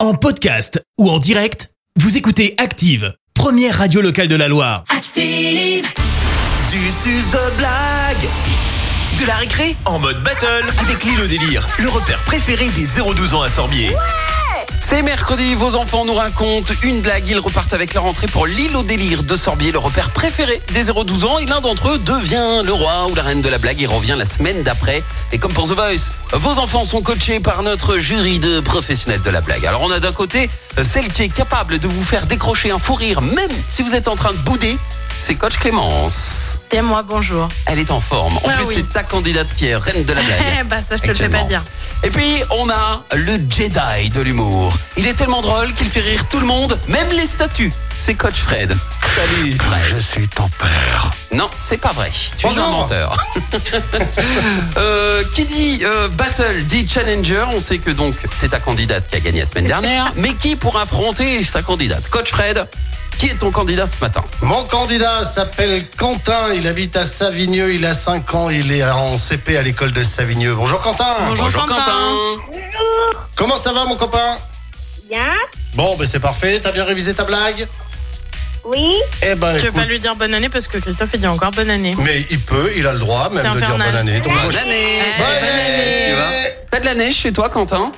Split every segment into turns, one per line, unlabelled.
En podcast ou en direct, vous écoutez Active, première radio locale de la Loire.
Active,
Du suzo blague De la récré en mode battle avec Lilo Délire, le repère préféré des 0-12 ans à Sorbier.
C'est mercredi, vos enfants nous racontent une blague. Ils repartent avec leur entrée pour l'île au délire de Sorbier, le repère préféré des 0-12 ans. Et l'un d'entre eux devient le roi ou la reine de la blague et revient la semaine d'après. Et comme pour The Voice, vos enfants sont coachés par notre jury de professionnels de la blague. Alors on a d'un côté euh, celle qui est capable de vous faire décrocher un fou rire, même si vous êtes en train de bouder, c'est Coach Clémence.
Et moi, bonjour.
Elle est en forme. En
Ah
plus,
oui.
c'est ta candidate qui est reine de la blague.
Eh ben, ça, je te le fais pas
Bah, Actuellement.
dire.
Et puis on a le Jedi de l'humour. Il est tellement drôle qu'il fait rire tout le monde, même les statues. C'est Coach Fred. Salut Fred. Je suis ton père. Non, c'est pas vrai. Tu es un menteur. Euh, qui dit euh, battle dit challenger. On sait que donc c'est ta candidate qui a gagné la semaine dernière. mais qui pour affronter sa candidate Coach Fred, qui est ton candidat ce matin
Mon candidat s'appelle Quentin, il habite à Savigneux, il a 5 ans, il est en CP à l'école de Savigneux. Bonjour Quentin
Bonjour, Quentin.
Comment ça va mon copain
Bien,
Bon, ben c'est parfait, t'as bien révisé ta blague
oui,
Eh
Je
ben
vais
écoute,
pas lui dire bonne année parce que Christophe, il dit encore bonne année.
mais il peut, il a le droit même
C'est
de dire
infernal.
bonne année. Donc,
Bonne année.
Bonne
année.
Tu vois T'as de la neige chez toi Quentin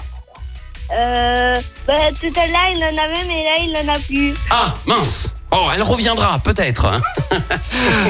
euh, bah, tout à l'heure il en avait, mais là il en a plus.
Ah, mince Oh, elle reviendra, peut-être. hein.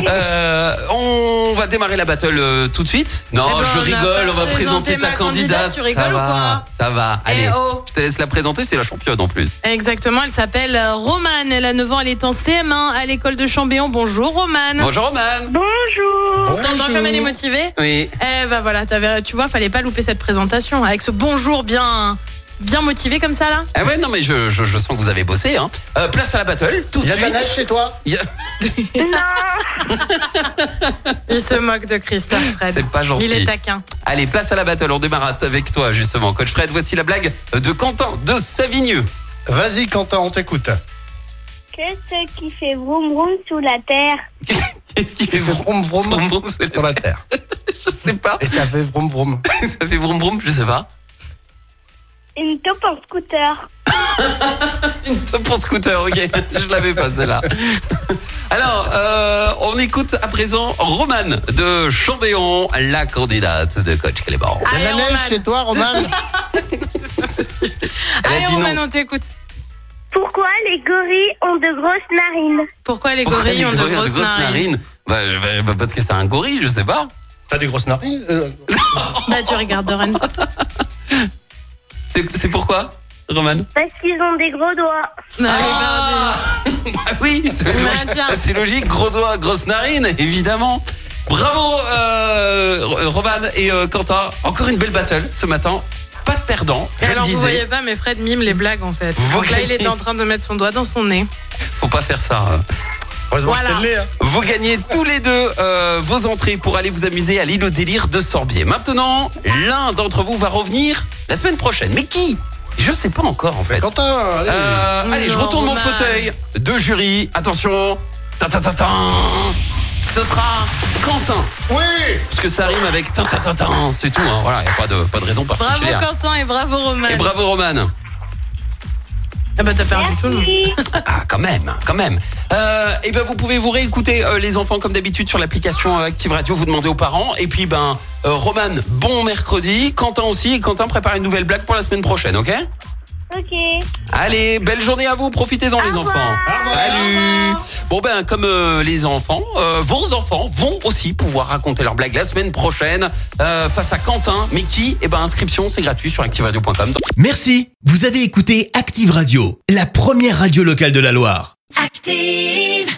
Euh, on va démarrer la battle euh, tout de suite Non,
Eh ben,
je
on a
rigole,
pas
on va
présenté
présenter ta
ma
candidate.
candidate, tu rigoles
ça
ou
va, ça va. Allez,
Eh oh.
je te laisse la présenter, c'est la championne en plus.
Exactement, elle s'appelle euh, Romane. Elle a 9 ans, elle est en CM1 à l'école de Chambéon. Bonjour, Romane.
Bonjour, Roman.
Bonjour,
T'entends comme elle est motivée
Oui,
Eh ben voilà, t'avais- tu vois, fallait pas louper cette présentation. Avec ce bonjour bien, bien motivé comme ça, là.
ah ouais, non, mais je, je- je sens que vous avez bossé. Hein. Euh, place à la battle, tout de
Il y a de la
suite.
neige chez toi
Il y a-
Il se moque de Christophe, Fred.
C'est pas gentil.
Il est taquin.
Allez, place à la battle, on démarre avec toi justement. Coach Fred, voici la blague de Quentin de Savigneux.
Vas-y Quentin, on t'écoute.
qu'est-ce qui fait vroom vroom sous la terre
Qu'est-ce qu'il fait
Il fait vroom vroom
vroom, vroom, c'est
sur
la-
la terre.
Je sais pas,
Et ça fait vroom vroom.
ça fait vroom vroom, je sais pas.
Une taupe en scooter.
Top pour scooter, ok. Je l'avais pas celle-là. Alors, euh, on écoute à présent Romane de Chambéon, la candidate de Coach Clément.
Il y a
Allez,
de la neige
Roman.
chez toi Roman
Elle a
Allez,
dit non.
Romane, on t'écoute.
Pourquoi les gorilles ont de grosses narines
Pourquoi les
Pourquoi
gorilles
les
ont de
gorilles
grosses narines
Bah, bah, bah, Parce que c'est un gorille, je sais pas.
T'as des grosses narines Euh,
Bah, tu regardes, Doran.
Ah. C'est c'est pourquoi, Romane
Parce qu'ils ont des gros doigts.
Ah Bah oui, c'est
Bah,
logique.
tiens.
C'est logique. Gros doigt, grosse narine, évidemment. Bravo, euh, Romane et euh, Quentin. Encore une belle battle ce matin. Pas de perdant. Je le
Alors vous
disais.
voyez pas, mais Fred mime les blagues en fait.
Vous
Donc là, il
voyez.
était en train de mettre son doigt dans son nez.
Faut pas faire ça. hein.
Heureusement que
Voilà.
je t'ai le nez, hein.
Vous gagnez tous les deux euh, vos entrées pour aller vous amuser à l'île au délire de Sorbier. Maintenant, l'un d'entre vous va revenir la semaine prochaine. Mais qui Je sais pas encore en fait.
Quentin, allez
Euh, allez, je
Non,
retourne mon
Romain.
fauteuil de jury. Attention. Ta ta ta ta. Ce sera Quentin,
Oui
parce que ça rime avec ta ta ta ta. C'est tout. Hein. Voilà, y a pas de pas de raison
Bravo
particulière.
Quentin et bravo Romain.
Et bravo Roman.
Ah bah t'as perdu tout le monde.
Merci.
Ah, quand même, quand même. Euh, et ben, vous pouvez vous réécouter euh, les enfants comme d'habitude sur l'application euh, Active Radio. Vous demandez aux parents. Et puis, ben, euh, Roman, bon mercredi. Quentin aussi. Et Quentin prépare une nouvelle blague pour la semaine prochaine, ok
Ok.
Allez, belle journée à vous. Profitez-en, les enfants. Salut. Bon ben, comme euh, les enfants, euh, vos enfants vont aussi pouvoir raconter leur blague la semaine prochaine euh, face à Quentin. Mais qui Eh ben, inscription, c'est gratuit sur activeradio.com.
Merci, vous avez écouté Active Radio, la première radio locale de la Loire.
active.